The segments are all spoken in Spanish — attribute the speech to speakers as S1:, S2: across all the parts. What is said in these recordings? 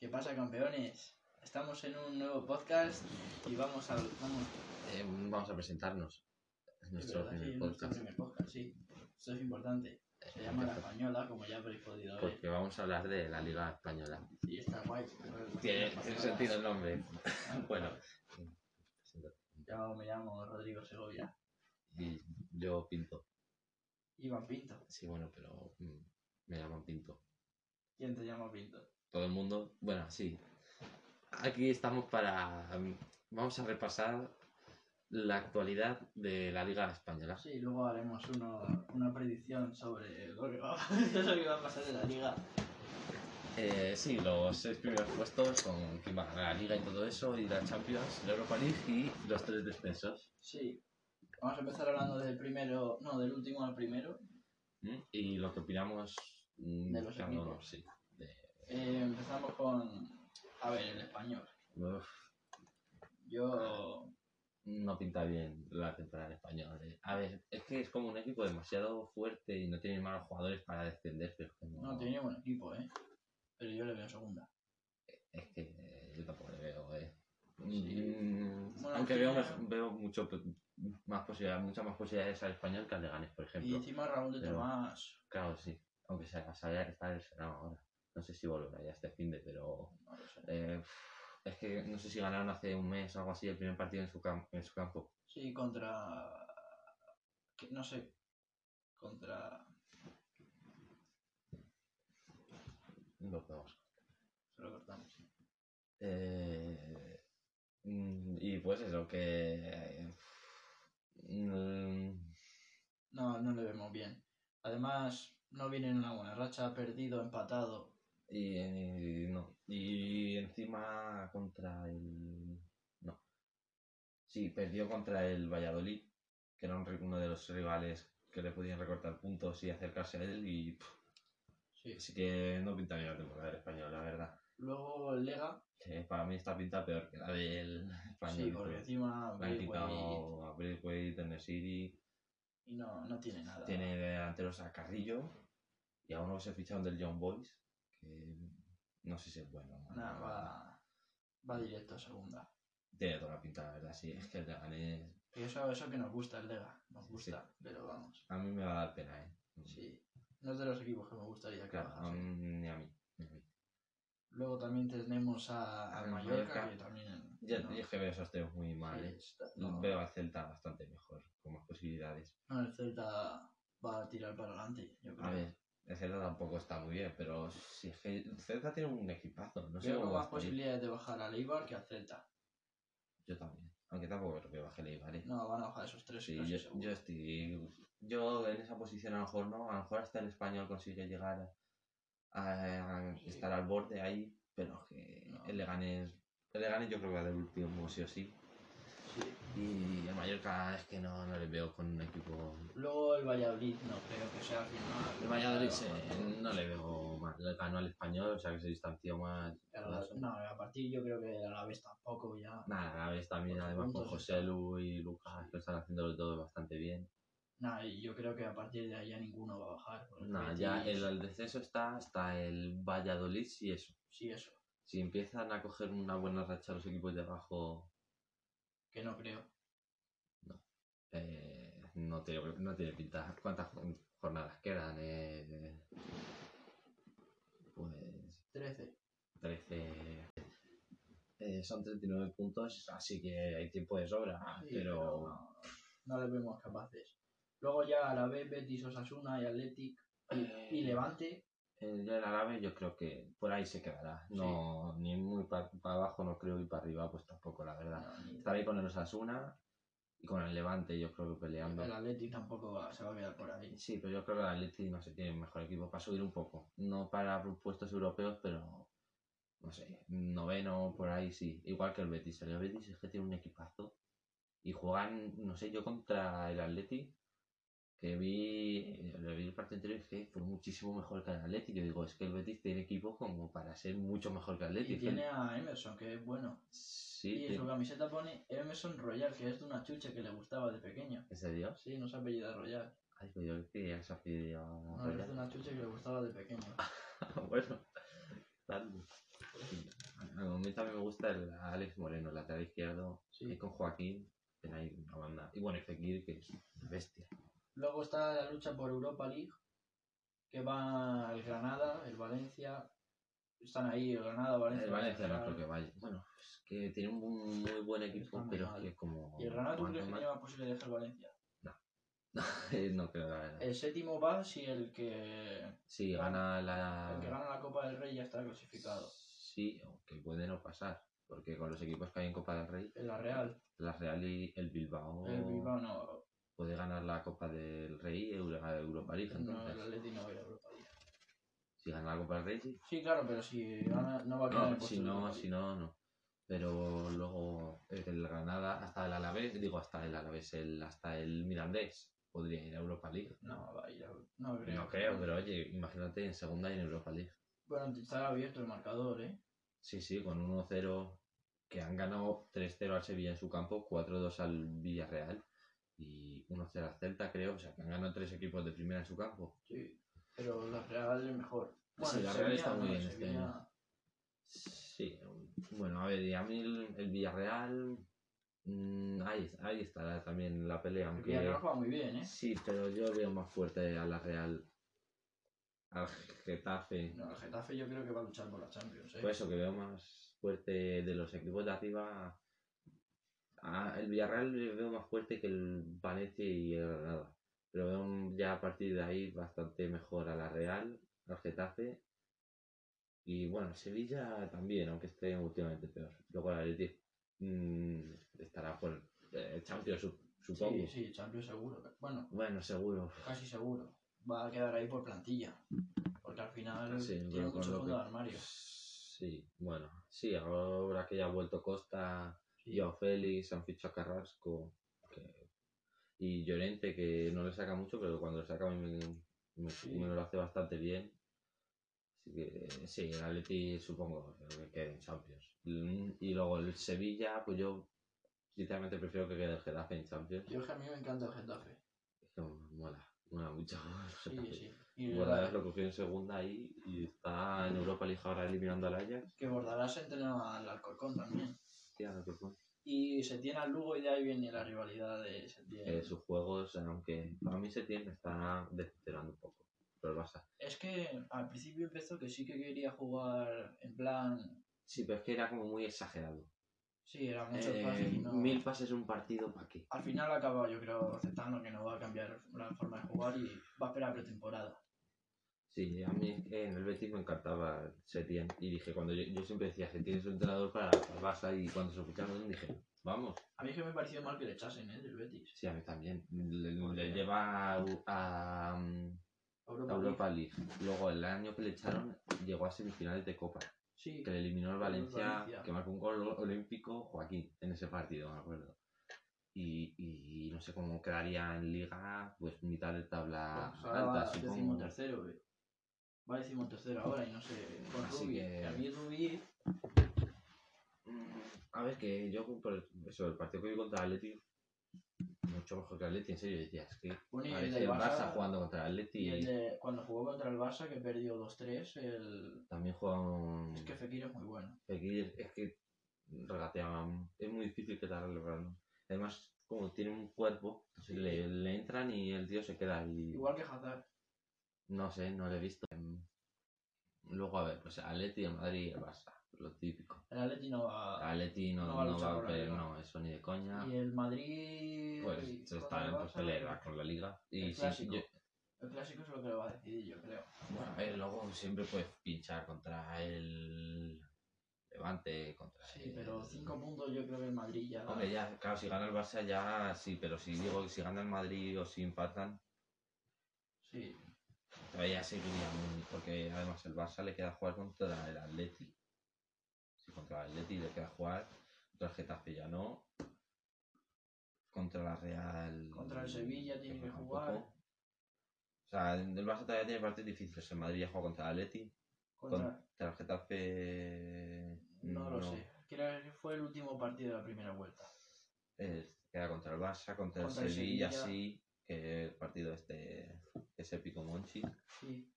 S1: ¿Qué pasa, campeones? Estamos en un nuevo podcast y vamos a. Vamos,
S2: Eh, vamos a presentarnos. Es nuestro
S1: de verdad, sí,
S2: primer
S1: es nuestro
S2: podcast.
S1: primer podcast, sí. Esto es importante. Se llama La Española, como ya habréis podido ver.
S2: Porque vamos a hablar de la Liga Española.
S1: Y está guay. pero-
S2: Tiene,
S1: no pasa
S2: tiene
S1: nada.
S2: sentido el nombre. Bueno,
S1: Yo me llamo Rodrigo Segovia.
S2: y yo pinto.
S1: Iván Pinto.
S2: Sí, bueno, pero mm, me llaman pinto.
S1: ¿Quién te llama Pinto?
S2: Todo el mundo. Bueno, sí. Aquí estamos para. mm, Vamos a repasar la actualidad de la Liga Española.
S1: Sí, luego haremos uno- una predicción sobre lo que, va, lo que va a pasar en la liga.
S2: Eh, sí, los seis primeros puestos con quién va a ganar la Liga y todo eso, y la Champions, la Europa League y los tres descensos.
S1: Sí. Vamos a empezar hablando del primero, no, del último al primero.
S2: ¿Mm? Y lo que opinamos mm,
S1: De los
S2: cada
S1: equipos.
S2: uno, sí.
S1: Eh, empezamos con, a ver, el español.
S2: Uf,
S1: Yo,
S2: no pinta bien la temporada española. eh. A ver, es que es como un equipo demasiado fuerte y no tiene malos jugadores para defender, pero es que no,
S1: no tiene buen equipo, ¿eh? Pero yo le veo segunda.
S2: es que eh, yo tampoco le veo. eh.
S1: Pues Sí.
S2: Mm,
S1: Bueno,
S2: aunque
S1: sí,
S2: veo,
S1: ya.
S2: mej- veo mucho pe- más posibilidades, muchas más posibilidades al español que al Leganés, por
S1: Y
S2: ejemplo.
S1: encima Raúl de
S2: Pero-
S1: Tomás,
S2: Claro, sí. Aunque sea, sabía que está lesionado ahora. No sé si volverá ya este fin de, pero.
S1: no lo sé.
S2: eh, es que no sé si ganaron hace un mes o algo así el primer partido en su, cam- en su campo.
S1: Sí, contra... que- No sé. Contra...
S2: Lo podemos.
S1: Se lo cortamos.
S2: Eh, mm, y pues eso, que. eh, mm,
S1: No, no le vemos bien. Además, no viene en una buena racha, ha perdido, empatado.
S2: y, eh, no. Y encima contra el. No. Sí, perdió contra el Valladolid, que era un ri- uno de los rivales que le podían recortar puntos y acercarse a él. Y pff,
S1: Sí.
S2: Así que no pinta bien la temporada del español, la verdad.
S1: Luego el Lega,
S2: Que para mí está pinta peor que la del español.
S1: sí, porque encima
S2: Le han
S1: Brightway
S2: quitado a Braithwaite, Tennessee,
S1: y no, no tiene nada.
S2: tiene delanteros a Carrillo y a uno que se ficharon del John Boys, que no sé si es bueno.
S1: Nada, va, va directo a segunda.
S2: Tiene toda la pinta, la verdad, sí. Es que el Leganés
S1: Y eso, eso que nos gusta el Lega, nos gusta, pero vamos.
S2: a mí me va a dar pena, ¿eh?
S1: Sí, no es de los equipos que me gustaría que
S2: Claro, a
S1: bajase.
S2: mí- ni a mí. ni a mí.
S1: Luego también tenemos a,
S2: Al
S1: al Mallorca,
S2: Mallorca.
S1: que también.
S2: Ya
S1: no,
S2: yo es que veo esos tres muy mal,
S1: sí,
S2: ¿eh?
S1: está- no,
S2: Veo al Celta bastante mejor, con más posibilidades.
S1: no, el Celta va a tirar para adelante, yo creo.
S2: A ver, el Celta tampoco está muy bien, pero si es que el Celta tiene un equipazo, no sé
S1: Veo
S2: cómo
S1: más
S2: va a estar ahí.
S1: posibilidades de bajar al Eibar que al Celta.
S2: Yo también, aunque tampoco creo que baje el Eibar, ¿eh?
S1: No, van a bajar esos tres,
S2: Sí,
S1: casi
S2: yo,
S1: seguro.
S2: yo estoy... Yo en esa posición a lo mejor no, a lo mejor hasta el español consigue llegar a, a
S1: Sí.
S2: estar al borde ahí, pero es que
S1: No.
S2: el Leganés... El Leganés yo creo que va del último sí o sí.
S1: Sí.
S2: Y el Mallorca es que no, no le veo con un equipo...
S1: Luego el Valladolid, no creo que sea al final.
S2: El Valladolid se- eh, no le veo mal. Le ganó al español, o sea que se distanció más.
S1: Pero, No, a partir yo creo que a la vez tampoco ya.
S2: Nada, a ver, también
S1: Por
S2: además con
S1: puntos
S2: José
S1: está.
S2: Lu y Lucas que están haciendo los dos bastante bien.
S1: Nada, y yo creo que a partir de ahí ya ninguno va a bajar. porque
S2: Nada,
S1: Betis-
S2: ya el, el descenso está hasta el Valladolid si eso.
S1: Sí, eso,
S2: Si empiezan a coger una buena racha los equipos de abajo,
S1: que no creo.
S2: eh, no, tiene, no tiene pinta. ¿Cuántas jor- jornadas quedan? Eh, pues
S1: 13.
S2: 13. eh, son 39 puntos, así que hay tiempo de sobra.
S1: Sí,
S2: pero
S1: no, no les vemos capaces. Luego ya a la vez Betis, Osasuna y Athletic y, y
S2: Eh,
S1: Levante.
S2: El del árabe yo creo que por ahí se quedará. No, ni muy para abajo no creo y para arriba pues tampoco, la verdad.
S1: no, ni-
S2: Estará ahí con el Osasuna y con el Levante yo creo que peleando.
S1: el Athletic tampoco va- se va a quedar por ahí.
S2: Sí, pero yo creo que el Atleti no sé, tiene el mejor equipo para subir un poco. No para puestos europeos, pero no sé, noveno por ahí sí. Igual que el Betis. El Betis es que tiene un equipazo y juegan, no sé, yo contra el Atleti que vi, le vi el partido anterior y que fue muchísimo mejor que el Atleti. Yo digo, es que el Betis tiene equipo como para ser mucho mejor que el Atleti.
S1: Y tiene a Emerson, que es bueno.
S2: Sí,
S1: Y en su
S2: tiene-
S1: camiseta pone Emerson Royal, que es de una chuche que le gustaba de pequeño.
S2: ¿En serio?
S1: Sí, no se apellida Royal.
S2: Ay, pues yo creía que se apellidaba
S1: No,
S2: Royal.
S1: es de una chuche que le gustaba de pequeño.
S2: bueno, tal. al momento a mí me gusta el Alex Moreno, el lateral izquierdo.
S1: Sí.
S2: Ahí con Joaquín, que hay una banda. Y bueno, y Fekir, que es bestia.
S1: Luego está la lucha por Europa League, que va el Granada, el Valencia. Están ahí, el Granada, Valencia.
S2: El Valencia no creo
S1: Villarreal.
S2: que vaya. Bueno, es que tiene un muy- muy buen
S1: Está
S2: equipo,
S1: muy
S2: pero es
S1: mal.
S2: que como.
S1: ¿Y el Granada tú
S2: cuanto
S1: crees que
S2: más-
S1: tiene más posibilidades que el Valencia?
S2: No creo, la verdad.
S1: El séptimo va si el que,
S2: Sí, gana la.
S1: el que gana la Copa del Rey ya está clasificado.
S2: Sí, aunque puede no pasar. Porque con los equipos que hay en Copa del Rey,
S1: En la Real,
S2: la Real y el Bilbao,
S1: el Bilbao no,
S2: puede ganar la Copa del Rey y Euro- Europa League.
S1: no,
S2: Entonces,
S1: el Atleti no va a ir a Europa League.
S2: si gana la Copa del Rey, sí.
S1: Sí, claro, pero si gana, no va a quedar en
S2: No, pues
S1: el puesto de
S2: si no,
S1: Europa
S2: si
S1: League.
S2: no, no. Pero luego eh, el Granada, hasta el Alavés, digo hasta el Alavés, el, hasta el Mirandés podría ir a Europa League.
S1: No, va a ir a no creo.
S2: No creo, pero oye, imagínate en segunda y en Europa League.
S1: Bueno, está abierto el marcador, ¿eh?
S2: Sí, sí, con 1-0 que han ganado 3-0 al Sevilla en su campo, 4-2 al Villarreal y 1-0 al Celta, creo. O sea, que han ganado tres equipos de primera en su campo.
S1: Sí, pero la Real es mejor.
S2: Sí, la
S1: el
S2: Real
S1: Sevilla,
S2: está muy
S1: no, el
S2: bien este
S1: Sevilla-
S2: año. Sí, bueno, a ver, y a mí el, el Villarreal. mm, ahí, ahí estará también la pelea,
S1: El
S2: aunque.
S1: Villarreal juega muy bien, ¿eh?
S2: Sí, pero yo veo más fuerte a la Real. Al Getafe.
S1: No, el Getafe yo creo que va a luchar por la Champions, ¿eh?
S2: Por eso que veo más fuerte de los equipos de arriba. a- el Villarreal le veo más fuerte que el Valencia y el Granada. Pero veo un- ya a partir de ahí bastante mejor a la Real, al Getafe. Y bueno, Sevilla también, aunque esté últimamente peor. Luego el Atleti mm, estará por eh, Champions, sup-
S1: sí,
S2: supongo.
S1: sí, Champions seguro. Bueno,
S2: Bueno, seguro.
S1: casi seguro. Va a quedar ahí por plantilla. Porque al final
S2: Sí,
S1: tiene
S2: pero con
S1: mucho
S2: lo
S1: fondo
S2: que-
S1: de armario.
S2: Sí, bueno, sí, ahora que ya ha vuelto Costa,
S1: Sí.
S2: Joao Félix, han fichado a Carrasco que- y Llorente, que no le saca mucho, pero cuando le saca me, me-
S1: Sí.
S2: me lo hace bastante bien. Así que eh, sí, el Atleti supongo que quede en Champions. Y y luego el Sevilla, pues yo sinceramente prefiero que quede el Getafe en Champions.
S1: Yo es que a mí me encanta el Getafe.
S2: Es que mola, mola mucho.
S1: Sí, sí. Y
S2: Guardiola
S1: la-
S2: lo cogió en segunda ahí y está en Europa League ahora eliminando al Ajax.
S1: que Bordalás entrena al Alcorcón también.
S2: Hostia, no te puedo-
S1: Y se tiene al Lugo y de ahí viene la rivalidad de Setién.
S2: Eh, sus juegos, aunque para mí se tiene, está decepcionando un poco. Pero el Barça.
S1: Es que al principio empezó que sí que quería jugar en plan...
S2: Sí, pero es que era como muy exagerado.
S1: Sí, era mucho
S2: Eh,
S1: fácil. no-
S2: Mil pases un partido, ¿para qué?
S1: Al final acaba, yo creo, aceptando que no va a cambiar la forma de jugar y va a esperar pretemporada.
S2: Sí, a mí es que en el Betis me encantaba Setién. Y dije, cuando yo, yo siempre decía, Setién es un entrenador para para el Barça. Y cuando se lo ficharon, dije, vamos.
S1: A mí es que me pareció mal que le echasen, ¿eh? Del Betis.
S2: Sí, a mí también. Le, le lleva a- a, um,
S1: Europa
S2: la Europa League. Luego el año que le echaron llegó a semifinales de Copa,
S1: League. Sí,
S2: que le eliminó el
S1: Con el
S2: Valencia,
S1: Valencia.
S2: que marcó un gol olímpico Joaquín en ese partido, me acuerdo. Y, y no sé cómo quedaría en liga, pues mitad de tabla
S1: pues ahora
S2: Ah, alta,
S1: va
S2: supongo.
S1: decimotercero, ¿eh? Va decimotercero ahora y no sé, con
S2: Así
S1: Rubí.
S2: que-
S1: Que a mí Rubí,
S2: Mm, A ver, que yo por el- eso, el partido que vi contra el Atleti, mucho mejor que el Atleti, en serio, decía, es que
S1: bueno, y el
S2: parece
S1: de
S2: el Barça
S1: Barça,
S2: jugando contra el
S1: y el
S2: Atleti.
S1: de, cuando jugó contra el Barça, que perdió 2-3, el...
S2: También juega un...
S1: es que Fekir es muy bueno.
S2: Aquí es, es que regateaban. Es muy difícil que te hagan el balón. Además, como tiene un cuerpo, pues
S1: Sí.
S2: le, le entran y el tío se queda ahí.
S1: Igual que Hazard.
S2: No sé, no lo he visto. Em, Luego, a ver, pues Atleti, el Madrid y el Barça. Lo típico.
S1: El Atleti no va...
S2: Atleti no,
S1: No va a
S2: no
S1: luchar
S2: va
S1: por
S2: a
S1: la
S2: ver,
S1: liga.
S2: no, eso ni de coña.
S1: Y el Madrid...
S2: Pues
S1: contra
S2: se está
S1: el
S2: en
S1: Barça,
S2: postelera con la liga. Y
S1: El
S2: sí, sí,
S1: clásico.
S2: yo-
S1: El clásico es lo que lo va a decidir, yo creo.
S2: Bueno, a ver, luego siempre puedes pinchar contra el Levante, contra
S1: Sí,
S2: el-
S1: pero 5 puntos yo creo que el Madrid ya...
S2: Eh, Hombre, ya, claro, si gana el Barça ya sí, pero si digo que si gana el Madrid o si empatan,
S1: Sí,
S2: todavía seguiría muy- porque además el Barça le queda jugar contra el Atleti. Si contra el Atleti le queda jugar, contra el Getafe ya no. Contra la Real.
S1: Contra el Sevilla tiene que
S2: tampoco.
S1: jugar.
S2: O sea, el Barça todavía tiene partidos difíciles. El Madrid ya juega contra el Atleti.
S1: contra...
S2: Contra el Getafe.
S1: No lo sé. Creo que fue el último partido de la primera vuelta.
S2: Eh, queda contra el Barça, contra,
S1: Contra
S2: el
S1: el
S2: Sevilla,
S1: Sevilla.
S2: sí, que el partido este es épico Monchi.
S1: Sí.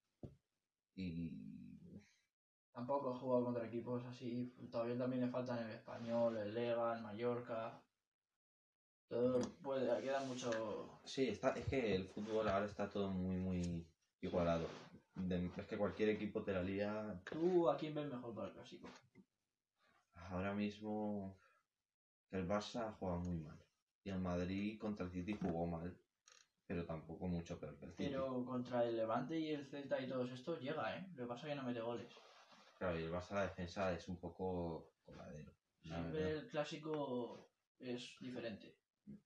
S2: Y
S1: Tampoco he jugado contra equipos así. Todavía también le faltan el español, el Lega, el Mallorca. Todo puede, queda mucho.
S2: Sí, está, es que el fútbol ahora está todo muy, muy igualado. De- es que cualquier equipo te la lía
S1: ¿Tú a quién ves mejor para el clásico?
S2: ahora mismo. El Barça ha jugado muy mal. Y el Madrid contra el City jugó mal. Pero tampoco mucho peor que el City.
S1: Pero contra el Levante y el Celta y todos estos llega, ¿eh? Lo que pasa es que no mete goles.
S2: Claro, y el Barça la defensa es un poco coladero. la
S1: Siempre
S2: verdad.
S1: el clásico es diferente.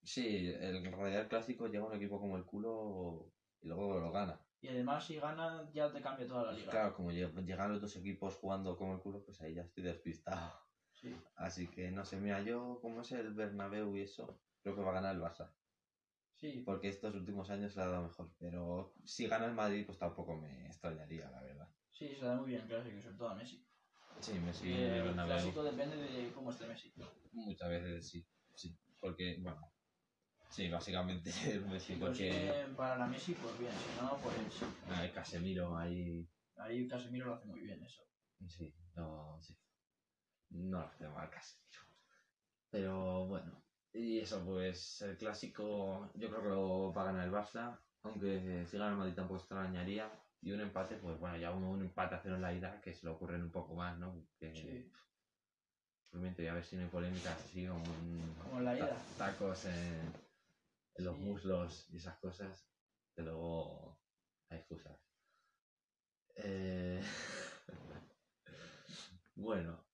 S2: Sí, el Real Clásico llega un equipo como el culo y luego lo gana.
S1: Y además, si gana, ya te cambia toda la liga.
S2: Claro, como lle- llegan los dos equipos jugando como el culo, pues ahí ya estoy despistado.
S1: Sí.
S2: Así que no sé, mira, yo como es el Bernabéu y eso, creo que va a ganar el Barça.
S1: Sí,
S2: Porque estos últimos años le ha dado mejor. Pero si gana el Madrid, pues tampoco me extrañaría, la verdad.
S1: sí, se da muy bien el clásico, y sobre todo a Messi.
S2: Sí, Messi
S1: Y
S2: en el
S1: el
S2: Bernabéu.
S1: clásico depende de cómo esté Messi.
S2: Muchas veces sí, sí. Porque, bueno, sí, básicamente Messi,
S1: Si
S2: porque
S1: consiguen parar a Pues Messi, pues bien, si no, pues
S2: ah, Casemiro ahí,
S1: ahí Casemiro lo hace muy bien eso.
S2: sí, no, sí. No lo hace mal Casemiro. Pero bueno, y eso pues, el clásico yo creo que lo va a ganar el Barça, aunque si gana el Madrid tampoco extrañaría. Y un empate, pues bueno, ya uno un empate a cero en la ida, que se lo ocurren un poco más, ¿no? Que,
S1: Sí.
S2: Realmente, a ver si no hay polémica así, como, un-
S1: Como en la
S2: ta-
S1: ida.
S2: tacos en, en los
S1: Sí.
S2: muslos y esas cosas, que luego hay excusas. Eh, bueno,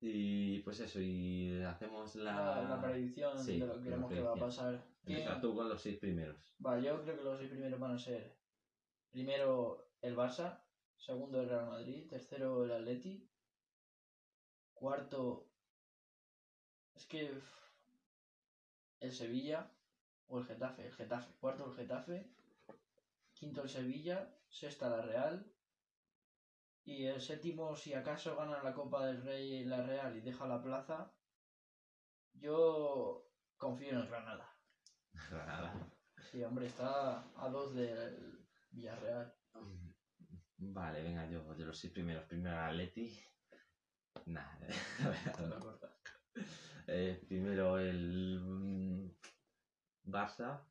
S2: y pues eso, y hacemos
S1: La, la
S2: la...
S1: predicción
S2: sí,
S1: de lo que
S2: la
S1: creemos que va a
S2: predicción.
S1: pasar.
S2: Empieza
S1: ¿Quién-
S2: tú con los seis primeros.
S1: Vale, yo creo que los seis primeros van a ser primero el Barça, segundo el Real Madrid, tercero el Atleti, cuarto es que uf, el Sevilla o el Getafe, el Getafe, cuarto el Getafe, quinto el Sevilla, sexta la Real y el séptimo si acaso gana la Copa del Rey y la Real y deja la plaza, yo confío en el Granada.
S2: Granada.
S1: Sí, hombre, está a dos del Villarreal.
S2: Vale, venga, yo de los seis primeros. Primero Atleti. Nah,
S1: la corta.
S2: Eh, primero el mm, Barça,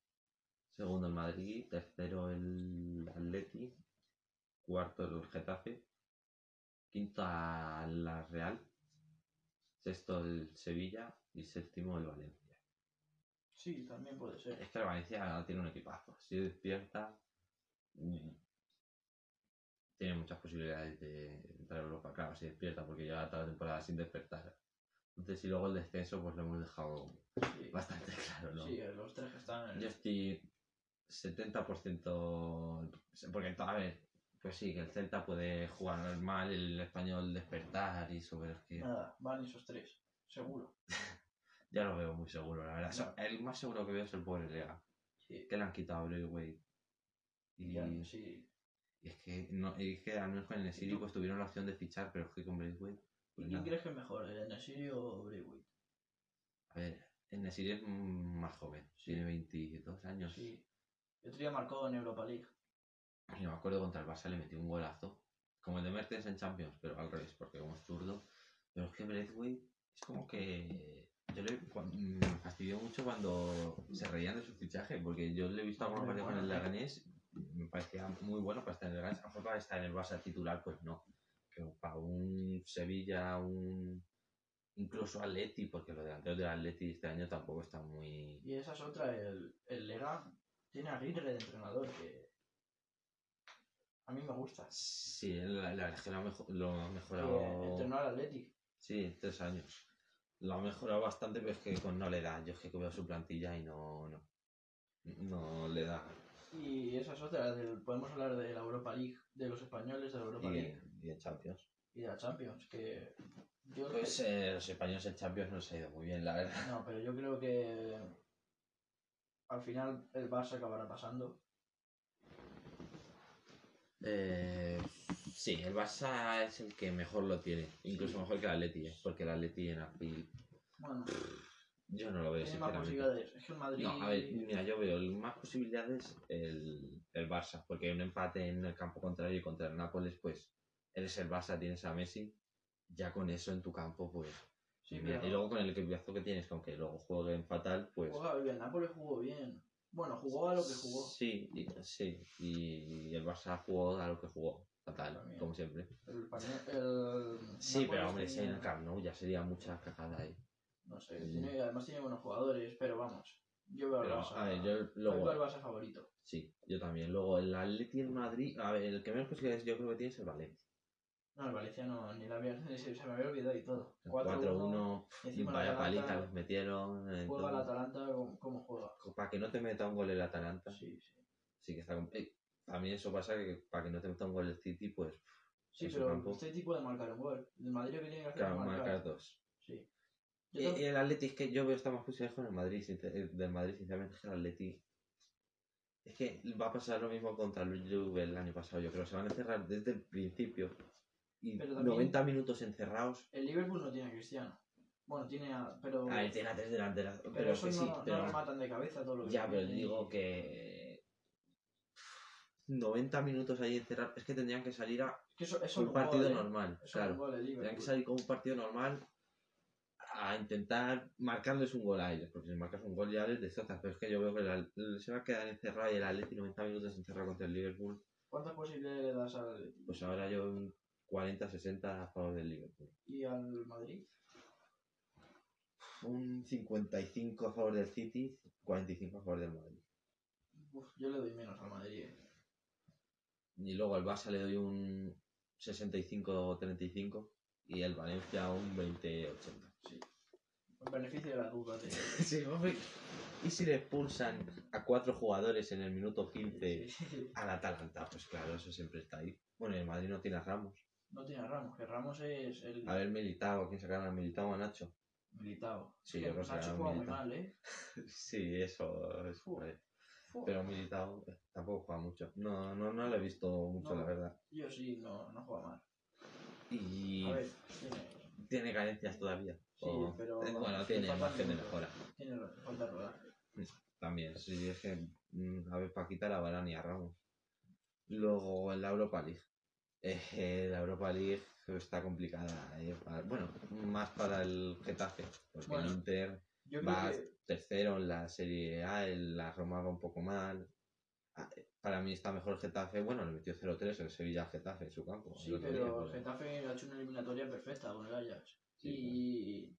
S2: segundo el Madrid, tercero el Atleti, cuarto el Getafe, quinto a la Real, sexto el Sevilla y séptimo el Valencia.
S1: Sí, también puede ser.
S2: Es que el Valencia tiene un equipazo, si despierta, mm, tiene muchas posibilidades de entrar a Europa, claro, si despierta porque lleva toda la temporada sin despertar. Entonces, y luego el descenso, pues lo hemos dejado
S1: Sí,
S2: Bastante claro, ¿no?
S1: Sí, los tres que están en
S2: Yo estoy 70%. Porque, a ver, pues sí, que el Celta puede jugar mal, el español despertar y sobre el que.
S1: Nada, van esos tres, seguro.
S2: Ya lo veo muy seguro, la verdad. So- El más seguro que veo es el pobre Lega,
S1: Sí,
S2: que le han quitado a Brewer. Y,
S1: ya, sí.
S2: y es que, no, y es que al menos con el Siri pues tuvieron la opción de fichar, pero es que con pues Brewer.
S1: ¿Y quién crees que es mejor, el Nesiri o Brewitt?
S2: a ver, el Nesiri es mm, más joven, tiene 22 años.
S1: Sí. El otro día marcó en Europa League.
S2: Yo me acuerdo contra el Barça le metió un golazo. Como el de Mertens en Champions, pero al revés, porque como es zurdo. Pero es que Braithwaite es como que. Yo le cuan- me fastidió mucho cuando se reían de su fichaje, porque yo le he visto algunos
S1: Hombre,
S2: partidos con el
S1: bueno.
S2: Leganés. Me parecía muy bueno para estar en el Leganés. A lo mejor para estar en el Barça titular, pues no. Pero para un Sevilla, un. Incluso Atleti, porque los delanteros del Atleti este año tampoco están muy.
S1: Y esa es otra, el, el Lega tiene a Aguirre de entrenador, que a mí me gusta.
S2: Sí, la, la verdad es que lo ha mejo- lo ha mejorado.
S1: Que Entrenó al Athletic.
S2: Sí, tres años. Lo ha mejorado bastante, pero es que con no le da. Yo es que veo su plantilla y no, no, no le da.
S1: Y esa es otra, del- podemos hablar de la Europa League, de los españoles de la Europa
S2: Y,
S1: League.
S2: en- y en Champions.
S1: y de la Champions, que yo creo
S2: Pues eh, los españoles en Champions no se ha ido muy bien, la verdad.
S1: no, pero yo creo que al final el Barça acabará pasando.
S2: Eh, sí, el Barça es el que mejor lo tiene. Incluso
S1: Sí.
S2: mejor que el Atleti, eh, porque el Atleti en abril
S1: Bueno,
S2: yo no lo veo,
S1: tiene más
S2: Pues, sinceramente.
S1: posibilidades. Es que el Madrid
S2: No, a ver, mira, yo veo el- más posibilidades el, el Barça, porque un empate en el campo contrario y contra el Nápoles, pues eres el Barça, tienes a Messi, ya con eso en tu campo, pues.
S1: Sí,
S2: mira,
S1: pero-
S2: y luego con el equipazo que tienes, que aunque luego jueguen fatal, pues.
S1: Ojalá, el Nápoles jugó bien. Bueno, jugó a lo que jugó.
S2: Sí, y, sí. Y el Barça jugó a lo que jugó. Fatal,
S1: También.
S2: como siempre.
S1: El, Parme- el
S2: Sí, pero
S1: Nápoles
S2: hombre, si en
S1: tenía-
S2: el Camp Nou ya sería mucha cagada ahí.
S1: No sé, tiene- además tiene buenos jugadores, pero vamos. Yo veo al
S2: Pero,
S1: Barça.
S2: a ver, yo
S1: yo veo
S2: luego. eh.
S1: al Barça favorito.
S2: Sí, yo también. Luego el Atleti en Madrid. A ver, el que menos posibilidades yo creo que tiene es el Valencia.
S1: No, el valenciano ni la había. Se, se me había olvidado y todo.
S2: El
S1: 4-1.
S2: 4-1.
S1: y encima el
S2: Vaya
S1: Atalanta
S2: paliza que os metieron. eh,
S1: Juega el
S2: todo.
S1: Atalanta como, como juega.
S2: Para que no te meta un gol el Atalanta. Sí,
S1: Sí, sí.
S2: que está complicado. También eso pasa que para que no te meta un gol el City, pues
S1: Sí,
S2: En su
S1: pero
S2: campo.
S1: este tipo de marcar un gol. El Madrid que tiene que hacer es
S2: claro,
S1: marcar.
S2: marcas dos. Eh,
S1: Sí. Yo
S2: Y,
S1: tam-
S2: y el Atleti es que yo veo está más posibilidades con el Madrid, sincer- eh, del Madrid, sinceramente, es que el Atleti. Es que va a pasar lo mismo contra el Juve el año pasado, yo creo. Se van a encerrar desde el principio. Y
S1: Pero también-
S2: 90 minutos encerrados.
S1: El Liverpool no tiene a Cristiano. Bueno, tiene a. Pero,
S2: A ver, tiene a tres delanteras. Ah, Pero,
S1: pero
S2: es
S1: eso
S2: que
S1: no,
S2: sí,
S1: no
S2: pero-
S1: lo matan de cabeza todo lo que
S2: Pues Ya, pero
S1: tienen.
S2: digo que. 90 minutos ahí encerrados. Es que tendrían que salir a
S1: Es que eso, eso
S2: un
S1: no
S2: partido
S1: vale,
S2: normal.
S1: Eso
S2: Claro.
S1: no vale, Liverpool.
S2: Tendrán que salir con un partido normal a intentar marcarles un gol a ellos, porque si marcas un gol ya les destrozas, pero es que yo veo que el Al- se va a quedar encerrado y el Atleti 90 minutos encerrado contra el Liverpool,
S1: ¿Cuántas posibilidades le das al
S2: pues ahora yo un 40-60 a favor del Liverpool.
S1: y al Madrid?
S2: Un 55 a favor del City, 45 a favor del Madrid.
S1: Uf, yo le doy menos al Madrid. eh.
S2: Y luego al Barça le doy un 65-35 y el Valencia un 20-80.
S1: En beneficio de la duda. te-
S2: Sí, hombre. ¿Y si le expulsan a cuatro jugadores en el minuto
S1: Sí.
S2: 15 Al Atalanta, pues claro, eso siempre está ahí. Bueno, el Madrid no tiene a Ramos.
S1: No tiene a Ramos, que Ramos es el
S2: A ver, Militao, ¿a quién sacaron a Militao a Nacho?
S1: militado.
S2: Sí,
S1: Que
S2: yo creo que
S1: Nacho
S2: era
S1: juega muy
S2: Militao.
S1: mal, ¿eh?
S2: Sí, eso es.
S1: Fu.
S2: vale.
S1: Fu.
S2: Pero Militao eh, tampoco juega mucho. No, no, no lo he visto mucho,
S1: No.
S2: la verdad.
S1: Yo sí, no, no juega mal.
S2: Y
S1: A ver, tiene,
S2: tiene carencias todavía.
S1: Sí, pero-
S2: eh, Bueno,
S1: le
S2: tiene
S1: faltan
S2: margen de
S1: minutos.
S2: mejora.
S1: tiene ro- falta rodaje.
S2: También, sí, es que. mm, A ver, Paquita la Barán y a Ramos. Luego en la Europa League. Eh, eh, la Europa League está complicada. eh, para- bueno, más para el Getafe. Porque
S1: Bueno.
S2: el Inter.
S1: Yo creo
S2: va
S1: que
S2: tercero en la Serie A, el- la Roma va un poco mal. Ah, eh, Para mí está mejor Getafe, bueno, le metió 0-3 el Sevilla al Getafe en su campo. el
S1: sí,
S2: otro día,
S1: pero el Getafe ha hecho una eliminatoria perfecta con el Ajax.
S2: Sí,
S1: y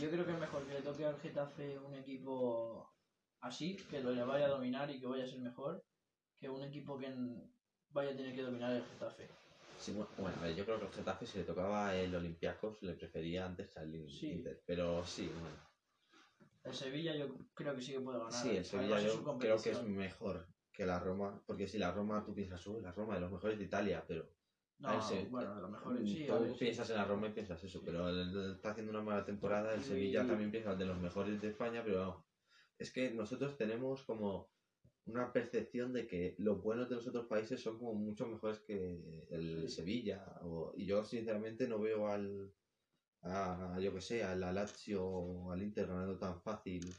S1: yo creo que es mejor que le toque al Getafe un equipo así, que lo le vaya a dominar y que vaya a ser mejor, que un equipo que n- vaya a tener que dominar el Getafe.
S2: Sí, bueno, bueno, a ver, yo creo que el Getafe si le tocaba el Olympiacos le prefería antes al In-
S1: Sí.
S2: Inter, pero sí, bueno.
S1: El Sevilla yo creo que sí que puede ganar.
S2: Sí, el Sevilla
S1: Además, es su
S2: yo creo que es
S1: competición.
S2: mejor que la Roma, porque si la Roma tú piensas, "Uh, la Roma de los mejores de Italia, pero
S1: No,
S2: el Se-
S1: bueno, a lo mejor sí.
S2: Tú
S1: a ver, sí.
S2: piensas en la Roma y piensas eso, pero el- el- está haciendo una mala temporada. El
S1: Y-
S2: Sevilla también piensa de los mejores de España, pero vamos, es que nosotros tenemos como una percepción de que los buenos de los otros países son como mucho mejores que
S1: Sí.
S2: el Sevilla. o- y yo, sinceramente, no veo al. A, yo que sé, al Lazio o al Inter ganando tan fácil.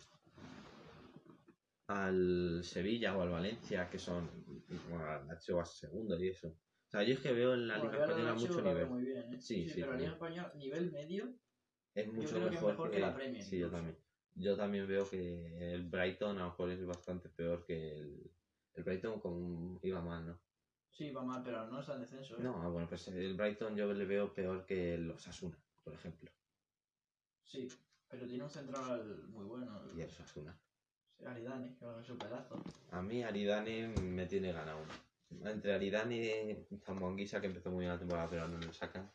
S2: Al Sevilla o al Valencia, que son. Bueno, al Lazio va segundo y eso. O sea, yo es que veo en la
S1: Bueno, yo
S2: Liga
S1: ahora
S2: Española
S1: Nacho
S2: mucho
S1: la veo
S2: nivel.
S1: muy bien, ¿eh?
S2: Sí, sí,
S1: pero la
S2: sí.
S1: Liga Española, nivel medio,
S2: Es mucho
S1: creo que es
S2: mejor,
S1: mejor que la Premier,
S2: Sí, yo
S1: incluso.
S2: también. Yo también veo que el Brighton a lo mejor es bastante peor que el. El Brighton con, iba mal, ¿no?
S1: sí va mal, pero no está en descenso. ¿eh?
S2: No, ah, bueno, pues el Brighton yo le veo peor que el Osasuna, por ejemplo.
S1: Sí, pero tiene un central muy bueno.
S2: Y el Osasuna.
S1: Aridane, que va a ser un pedazo.
S2: A mí Aridane me tiene ganado. Entre Aridane y Zambuanguisa, que empezó muy bien la temporada, pero no lo sacan.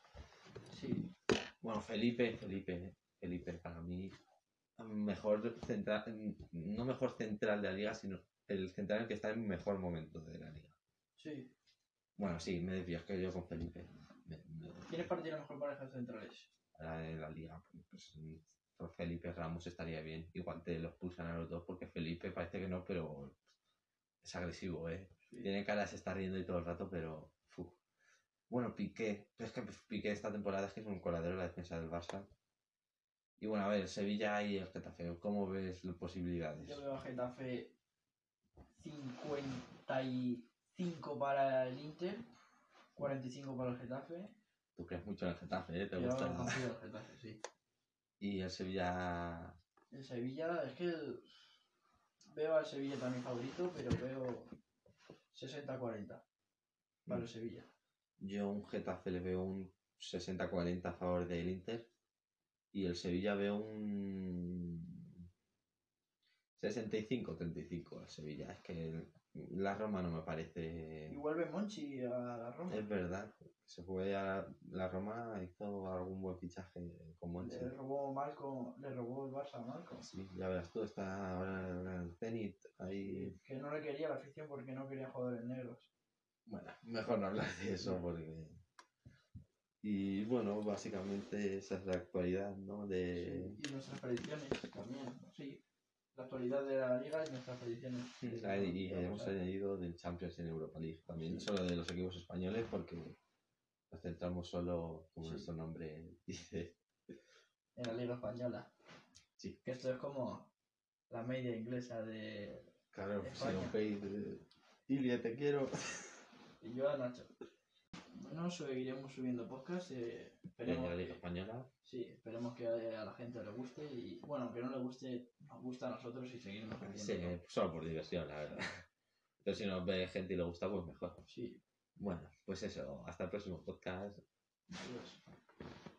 S1: Sí,
S2: Bueno, Felipe, Felipe, Felipe, para mí, mejor central, no mejor central de la liga, sino el central en el que está en mejor momento de la liga.
S1: sí.
S2: Bueno, sí, me desvío, es que yo con Felipe, me, me desvío.
S1: ¿Quiénes partido mejor pareja centrales?
S2: Ahora en la liga, pues, por Felipe Ramos estaría bien, igual te los pulsan a los dos, porque Felipe parece que no, pero es agresivo, ¿eh?
S1: Sí.
S2: Tiene cara, se está riendo y todo el rato, pero... fu. Bueno, Piqué. Pero es que pues, Piqué esta temporada es que es un coladero en la defensa del Barça. Y bueno, a ver, Sevilla y el Getafe. ¿Cómo ves las posibilidades?
S1: Yo veo a Getafe 55 para el Inter 45 para el Getafe.
S2: Tú crees mucho en el Getafe, ¿eh? Te
S1: Yo
S2: gusta.
S1: no confío en el Getafe, sí.
S2: Y el Sevilla.
S1: El Sevilla, es que el- veo al Sevilla también favorito, pero veo 60-40 para
S2: Mm.
S1: el Sevilla.
S2: Yo a un Getafe le veo un 60-40 a favor del Inter. Y el Sevilla veo un 65-35 al Sevilla. Es que el- la Roma no me parece.
S1: Y vuelve Monchi a la Roma.
S2: Es verdad. Se fue a la Roma, hizo algún buen fichaje con Monchi.
S1: Le robó Marco, le robó el Barça a Marco.
S2: Sí, ya verás tú, está ahora en el Zenit. Ahí...
S1: Que no le quería la afición porque no quería jugadores negros.
S2: Bueno, mejor no hablar de eso porque... Y bueno, básicamente esa es la actualidad, ¿no? De
S1: Sí, Y nuestras predicciones también, sí. La actualidad de la liga y nuestras predicciones.
S2: Ah, y- y
S1: Vamos
S2: hemos
S1: a ver.
S2: añadido del Champions en Europa League también,
S1: Sí.
S2: solo de los equipos españoles porque nos centramos solo, como
S1: Sí.
S2: nuestro nombre dice,
S1: en la liga española.
S2: Sí.
S1: Que esto es como la media inglesa de
S2: claro, pues,
S1: España.
S2: europeis, eh, Ilia, te quiero.
S1: Y yo a Nacho. Bueno, seguiremos subiendo podcast. eh, esperemos,
S2: España, Liga
S1: que,
S2: Española,
S1: sí, esperemos que a la gente le guste. Y bueno, aunque no le guste, nos gusta a nosotros y seguiremos
S2: sí,
S1: haciendo.
S2: eh, solo por diversión, la verdad. Pero si nos ve gente y le gusta, pues mejor.
S1: Sí,
S2: Bueno, pues eso, hasta el próximo podcast.
S1: adiós.